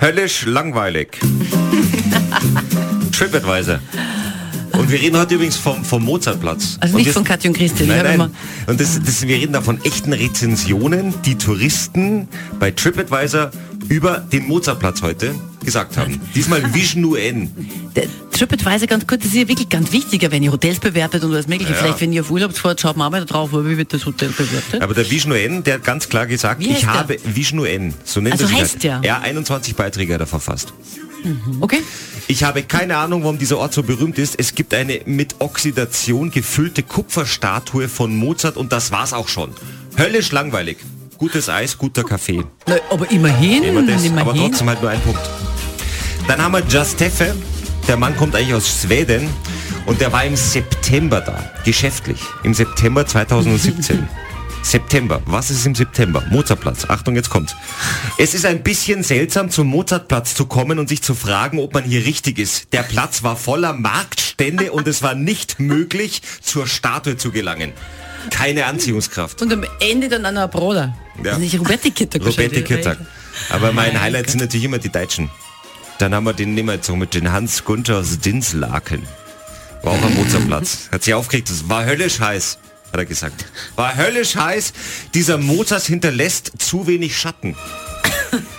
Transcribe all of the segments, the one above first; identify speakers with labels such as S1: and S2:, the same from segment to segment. S1: Höllisch langweilig. TripAdvisor.
S2: Und wir reden heute übrigens vom, vom Mozartplatz.
S3: Also
S2: und
S3: nicht
S2: wir-
S3: von Katja und Christian.
S2: Nein,
S3: ich hab
S2: nein.
S3: immer-
S2: Und das, das, wir reden da von echten Rezensionen, die Touristen bei TripAdvisor über den Mozartplatz heute gesagt haben. Diesmal Vishnu N.
S3: Der Äh, TripAdvisor, ganz kurz, das ist ja wirklich ganz wichtiger, wenn ihr Hotels bewertet und alles mögliche.
S2: Ja.
S3: Vielleicht, wenn ihr auf Urlaub fahrt, schaut mal einmal da drauf, wie wird das Hotel bewertet.
S2: Aber der Vishnu N, der hat ganz klar gesagt,
S3: Wie heißt
S2: ich
S3: der?
S2: habe Vishnu N. So nennt
S3: Also
S2: er sich
S3: heißt
S2: halt.
S3: der?
S2: Ja, 21 Beiträge hat er verfasst.
S3: Okay?
S2: Ich habe keine Ahnung, warum dieser Ort so berühmt ist. Es gibt eine mit Oxidation gefüllte Kupferstatue von Mozart und das war's auch schon. Höllisch langweilig. Gutes Eis, guter Kaffee.
S3: Na, aber immerhin,
S2: Immer das, aber
S3: immerhin.
S2: trotzdem halt nur ein Punkt. Dann haben wir Justeffe. Der Mann kommt eigentlich aus Schweden und der war im September da, geschäftlich. Im September 2017. September. Was ist im September? Mozartplatz. Achtung, jetzt kommt's. Es ist ein bisschen seltsam, zum Mozartplatz zu kommen und sich zu fragen, ob man hier richtig ist. Der Platz war voller Marktstände und es war nicht möglich, zur Statue zu gelangen. Keine Anziehungskraft.
S3: und am Ende dann an einer Broda.
S2: Ja.
S3: Das ist nicht Roberti Kittak.
S2: Roberti
S3: wahrscheinlich.
S2: Kittak. Aber mein
S3: Mein
S2: Highlight sind natürlich immer die Deutschen. Dann haben wir den nehmen wir jetzt noch mit den Hans Gunther aus Dinslaken. War auch am Mozartplatz. Hat sich aufgeregt, es war höllisch heiß, hat er gesagt. War höllisch heiß, dieser Mozart hinterlässt zu wenig Schatten.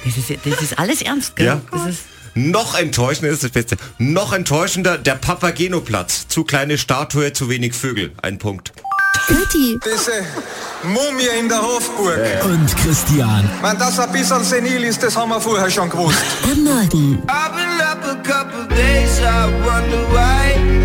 S3: Das ist, das ist alles ernst, gell?
S2: Ja.
S3: Das ist,
S2: Noch enttäuschender ist das Beste. Noch enttäuschender der Papageno-Platz. Zu kleine Statue, zu wenig Vögel. Ein Punkt.
S4: Pötti,
S5: Diese Mumie in der Hofburg.
S6: Und Christian.
S5: Wenn das ein bisschen senil ist, das haben wir vorher schon gewusst.
S4: am Morgen.
S7: I've been up a couple days, I wonder why.